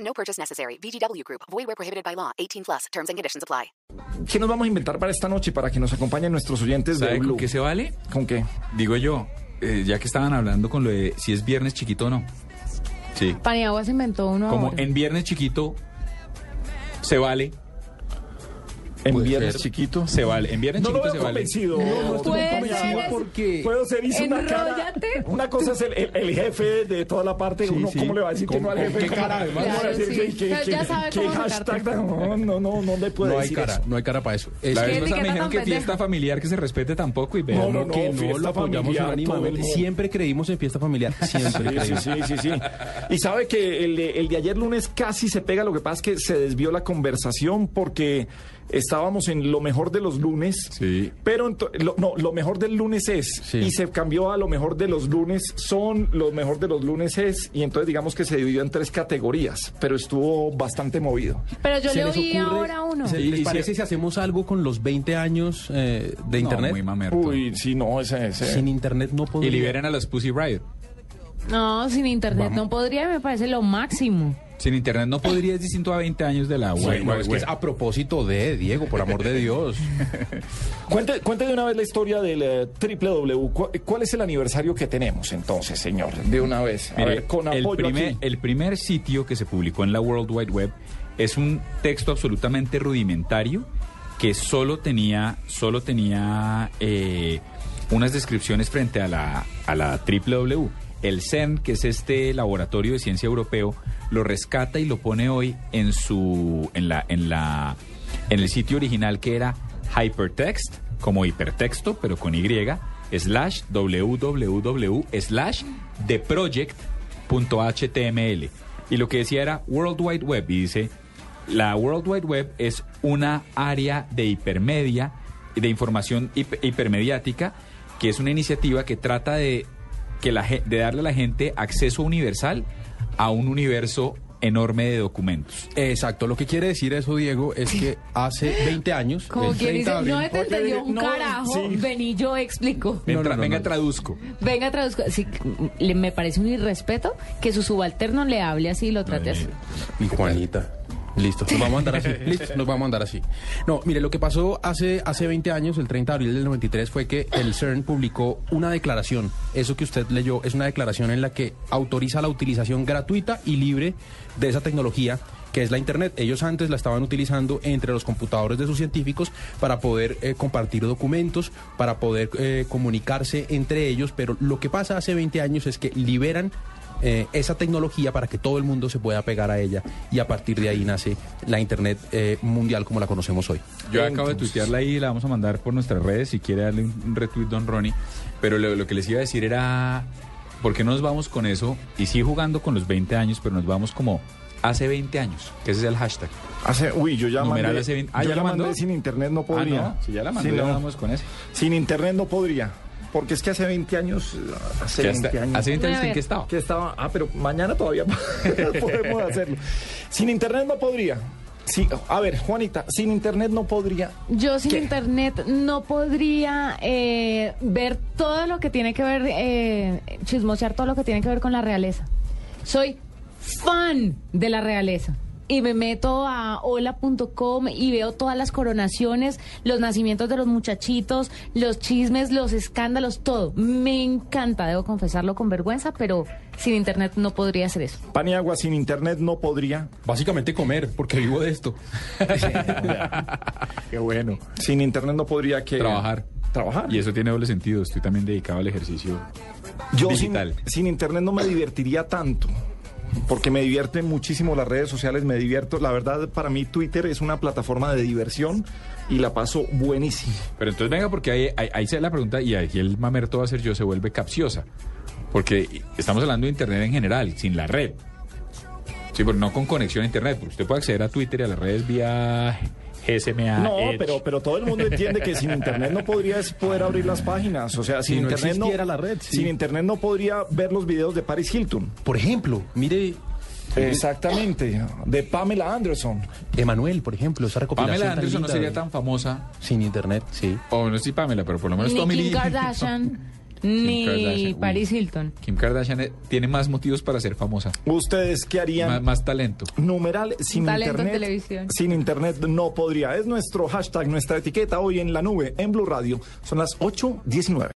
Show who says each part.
Speaker 1: No purchase necessary. VGW Group. Void where prohibited by law. 18 plus. Terms and conditions apply.
Speaker 2: ¿Qué nos vamos a inventar para esta noche para que nos acompañen nuestros oyentes de
Speaker 3: ¿Sabe con
Speaker 2: Blue?
Speaker 3: qué se vale?
Speaker 2: ¿Con qué?
Speaker 3: Digo yo, eh, ya que estaban hablando con lo de si es viernes chiquito o no. Sí.
Speaker 4: Paniagua se inventó uno
Speaker 3: Como
Speaker 4: ahora.
Speaker 3: en viernes chiquito se vale,
Speaker 2: ¿En
Speaker 3: Puede
Speaker 2: viernes
Speaker 3: ser.
Speaker 2: chiquito?
Speaker 3: se vale. En viernes
Speaker 2: No lo veo
Speaker 3: chiquito se vale.
Speaker 2: convencido. No, no estoy
Speaker 4: Puede
Speaker 2: convencido
Speaker 4: ser,
Speaker 2: porque puedo ser hizo una cara.
Speaker 4: enróllate.
Speaker 2: Una cosa es el, el- el jefe de toda la parte.
Speaker 3: Sí,
Speaker 2: uno,
Speaker 3: sí.
Speaker 2: ¿Cómo le va a decir que
Speaker 3: ¿Con-
Speaker 2: no al
Speaker 3: con
Speaker 2: jefe?
Speaker 3: qué
Speaker 2: ¿Cómo-
Speaker 3: cara,
Speaker 2: cómo
Speaker 3: además?
Speaker 2: le va a decir
Speaker 4: Claro,
Speaker 2: que-
Speaker 4: sí.
Speaker 2: que-
Speaker 4: Pero
Speaker 2: que-
Speaker 4: ya sabe
Speaker 2: que
Speaker 4: cómo
Speaker 2: hashtag?
Speaker 4: sacarte.
Speaker 2: No, no, no, no le puedo
Speaker 5: No hay
Speaker 2: decir
Speaker 5: cara,
Speaker 2: eso.
Speaker 5: no hay cara para eso. Es
Speaker 3: La vez
Speaker 5: que
Speaker 4: Gente que
Speaker 3: pasada me
Speaker 4: era
Speaker 3: dijeron
Speaker 4: tan
Speaker 3: que fiesta
Speaker 4: pendeja.
Speaker 3: familiar que se respete tampoco y vean.
Speaker 2: No,
Speaker 5: no, que no
Speaker 2: fiesta
Speaker 5: lo apoyamos
Speaker 2: familiar,
Speaker 5: unánimamente.
Speaker 2: todo el-
Speaker 5: Siempre creímos en fiesta familiar. Siempre
Speaker 2: Sí, sí,
Speaker 5: creímos.
Speaker 2: sí, sí, sí. Y sabe que el de, el de ayer lunes casi se pega, lo que pasa es que se desvió la conversación porque estábamos en lo mejor de los lunes.
Speaker 3: Sí.
Speaker 2: Pero ento- lo, no, lo mejor del lunes es.
Speaker 5: Sí.
Speaker 2: Y se cambió a lo mejor de los lunes son, lo mejor de los lunes es. Y entonces digamos que se dividió en tres categorías, pero estuvo bastante movido.
Speaker 4: Pero yo
Speaker 5: ¿Se
Speaker 4: le
Speaker 5: les
Speaker 4: oí
Speaker 5: ocurre-
Speaker 4: ahora uno.
Speaker 5: ¿Se-
Speaker 3: Y- y
Speaker 5: ¿Les
Speaker 3: si-
Speaker 5: parece si hacemos algo con los 20 años eh,
Speaker 3: No,
Speaker 5: de Internet?
Speaker 3: muy mamerto.
Speaker 2: Uy, sí, no, ese. ese-
Speaker 5: Sin Internet no
Speaker 3: Y
Speaker 5: podemos.
Speaker 3: liberen a los Pussy Riot.
Speaker 4: No, sin internet no podría, me parece lo máximo.
Speaker 3: Sin internet no podría, es distinto a 20 años de la web.
Speaker 5: Bueno, es que es a propósito de Diego, por amor de Dios.
Speaker 2: Cuente, cuente de una vez la historia del eh, triple W. ¿Cu- ¿Cuál es el aniversario que tenemos entonces, señor? De una vez. A
Speaker 3: Mire,
Speaker 2: ver, con
Speaker 3: el
Speaker 2: apoyo.
Speaker 3: primer,
Speaker 2: aquí.
Speaker 3: el primer sitio que se publicó en la World Wide Web es un texto absolutamente rudimentario que solo tenía, solo tenía eh, unas descripciones frente a la, a la WW. El CERN, que es este laboratorio de ciencia europeo, lo rescata y lo pone hoy en su en la en la en el sitio original que era hypertext como hipertexto pero con y slash www slash the project .html y lo que decía era World Wide Web y dice la World Wide Web es una área de hipermedia de información hip- hipermediática que es una iniciativa que trata de que la ge- de darle a la gente acceso universal a un universo enorme de documentos.
Speaker 5: Exacto, lo que quiere decir eso, Diego, es que hace 20 años,
Speaker 4: Como
Speaker 5: el
Speaker 4: quien
Speaker 5: 30 de
Speaker 4: dice,
Speaker 5: abril,
Speaker 4: no te entendió un
Speaker 2: no,
Speaker 4: carajo,
Speaker 2: sí.
Speaker 4: vení yo explico.
Speaker 5: No, no,
Speaker 3: Entra-
Speaker 5: no,
Speaker 3: venga,
Speaker 5: no.
Speaker 3: traduzco.
Speaker 4: Venga, traduzco. Sí, le- me parece un irrespeto que su subalterno le hable así y lo trate así.
Speaker 5: Y Juanita. Listo, nos vamos a andar así. Listo, nos vamos a andar así. No, mire, lo que pasó hace, hace 20 años, el 30 de abril del 93, fue que el CERN publicó una declaración. Eso que usted leyó es una declaración en la que autoriza la utilización gratuita y libre de esa tecnología que es la Internet. Ellos antes la estaban utilizando entre los computadores de sus científicos para poder eh, compartir documentos, para poder eh, comunicarse entre ellos, pero lo que pasa hace 20 años es que liberan eh, esa tecnología para que todo el mundo se pueda pegar a ella y a partir de ahí nace la Internet eh, mundial como la conocemos hoy.
Speaker 3: Yo acabo de tuitearla ahí y la vamos a mandar por nuestras redes si quiere darle un un retweet Don Ronnie. Pero lo, lo que les iba a decir era, ¿por qué no nos vamos con eso? Y sí jugando con los 20 años, pero nos vamos como hace 20 años, que ese es el hashtag. Ah,
Speaker 2: Hace, uy, yo ya
Speaker 3: Numeral
Speaker 2: mandé,
Speaker 3: hace veinte- ah,
Speaker 2: yo
Speaker 3: ¿ya la mandó?
Speaker 2: mandé sin internet no podría.
Speaker 3: Ah, no, si ya la mandó,
Speaker 2: Sí,
Speaker 3: ya
Speaker 2: no.
Speaker 3: vamos con ese.
Speaker 2: Sin internet no podría, porque es que hace 20 años, eh, hace
Speaker 3: Ya
Speaker 2: 20
Speaker 3: está-
Speaker 2: años
Speaker 3: hace 20 años
Speaker 4: A
Speaker 3: en
Speaker 4: ver.
Speaker 3: que estaba.
Speaker 2: que estaba, ah, pero mañana todavía podemos hacerlo. Sin internet no podría. Sí, a ver, Juanita, sin internet no podría.
Speaker 4: Yo sin
Speaker 2: ¿Qué?
Speaker 4: internet no podría eh, ver todo lo que tiene que ver, eh, chismosear todo lo que tiene que ver con la realeza. Soy fan de la realeza. Y me meto a hola.com y veo todas las coronaciones, los nacimientos de los muchachitos, los chismes, los escándalos, todo. Me encanta, debo confesarlo con vergüenza, pero sin internet no podría hacer eso.
Speaker 2: Pan y agua sin internet no podría.
Speaker 5: Básicamente comer, porque vivo de esto.
Speaker 2: Ah, Qué bueno. Sin internet no podría que
Speaker 3: Trabajar.
Speaker 2: Trabajar.
Speaker 3: Y eso tiene doble sentido, estoy también dedicado al ejercicio.
Speaker 2: Yo sin,
Speaker 3: digital.
Speaker 2: sin internet no me divertiría tanto. Porque me divierten muchísimo las redes sociales, me divierto. La verdad, para mí Twitter es una plataforma de diversión y la paso buenísimo.
Speaker 3: Pero entonces venga, porque ahí, ahí, ahí se la pregunta y aquí el mamerto va a ser yo, se vuelve capciosa. Porque estamos hablando de Internet en general, sin la red. Sí, pero no con conexión a internet, porque usted puede acceder a Twitter y a las redes vía
Speaker 5: Ah,
Speaker 3: GSMA.
Speaker 2: No,
Speaker 3: Edge.
Speaker 2: pero, pero todo el mundo entiende que sin internet no podrías poder abrir las páginas. O sea, sin
Speaker 5: no
Speaker 2: internet
Speaker 5: existiera la red, sí.
Speaker 2: sin internet no podría ver los videos de Paris Hilton.
Speaker 5: Por ejemplo, mire
Speaker 2: Exactamente. De Pamela Anderson.
Speaker 5: Emanuel, por ejemplo, esa recopilación
Speaker 3: Pamela
Speaker 5: tan
Speaker 3: Anderson no
Speaker 5: linda ¿eh?
Speaker 3: sería
Speaker 5: de-
Speaker 3: tan famosa,
Speaker 5: sin internet, sí.
Speaker 3: o no sé si Pamela, pero por lo menos Tommy
Speaker 4: ni
Speaker 3: Lee.
Speaker 4: Kim Kardashian, ni
Speaker 3: Kardashian, uy.
Speaker 4: Paris Hilton.
Speaker 3: Kim Kardashian eh, tiene más motivos para ser famosa,
Speaker 2: ¿Ustedes qué harían?
Speaker 3: más, más talento.
Speaker 2: Numeral sin
Speaker 4: Talento en
Speaker 2: internet.
Speaker 4: televisión.
Speaker 2: Sin internet no podría. Es nuestro hashtag, nuestra etiqueta hoy en la nube, en Blue Radio. Son las 8.19.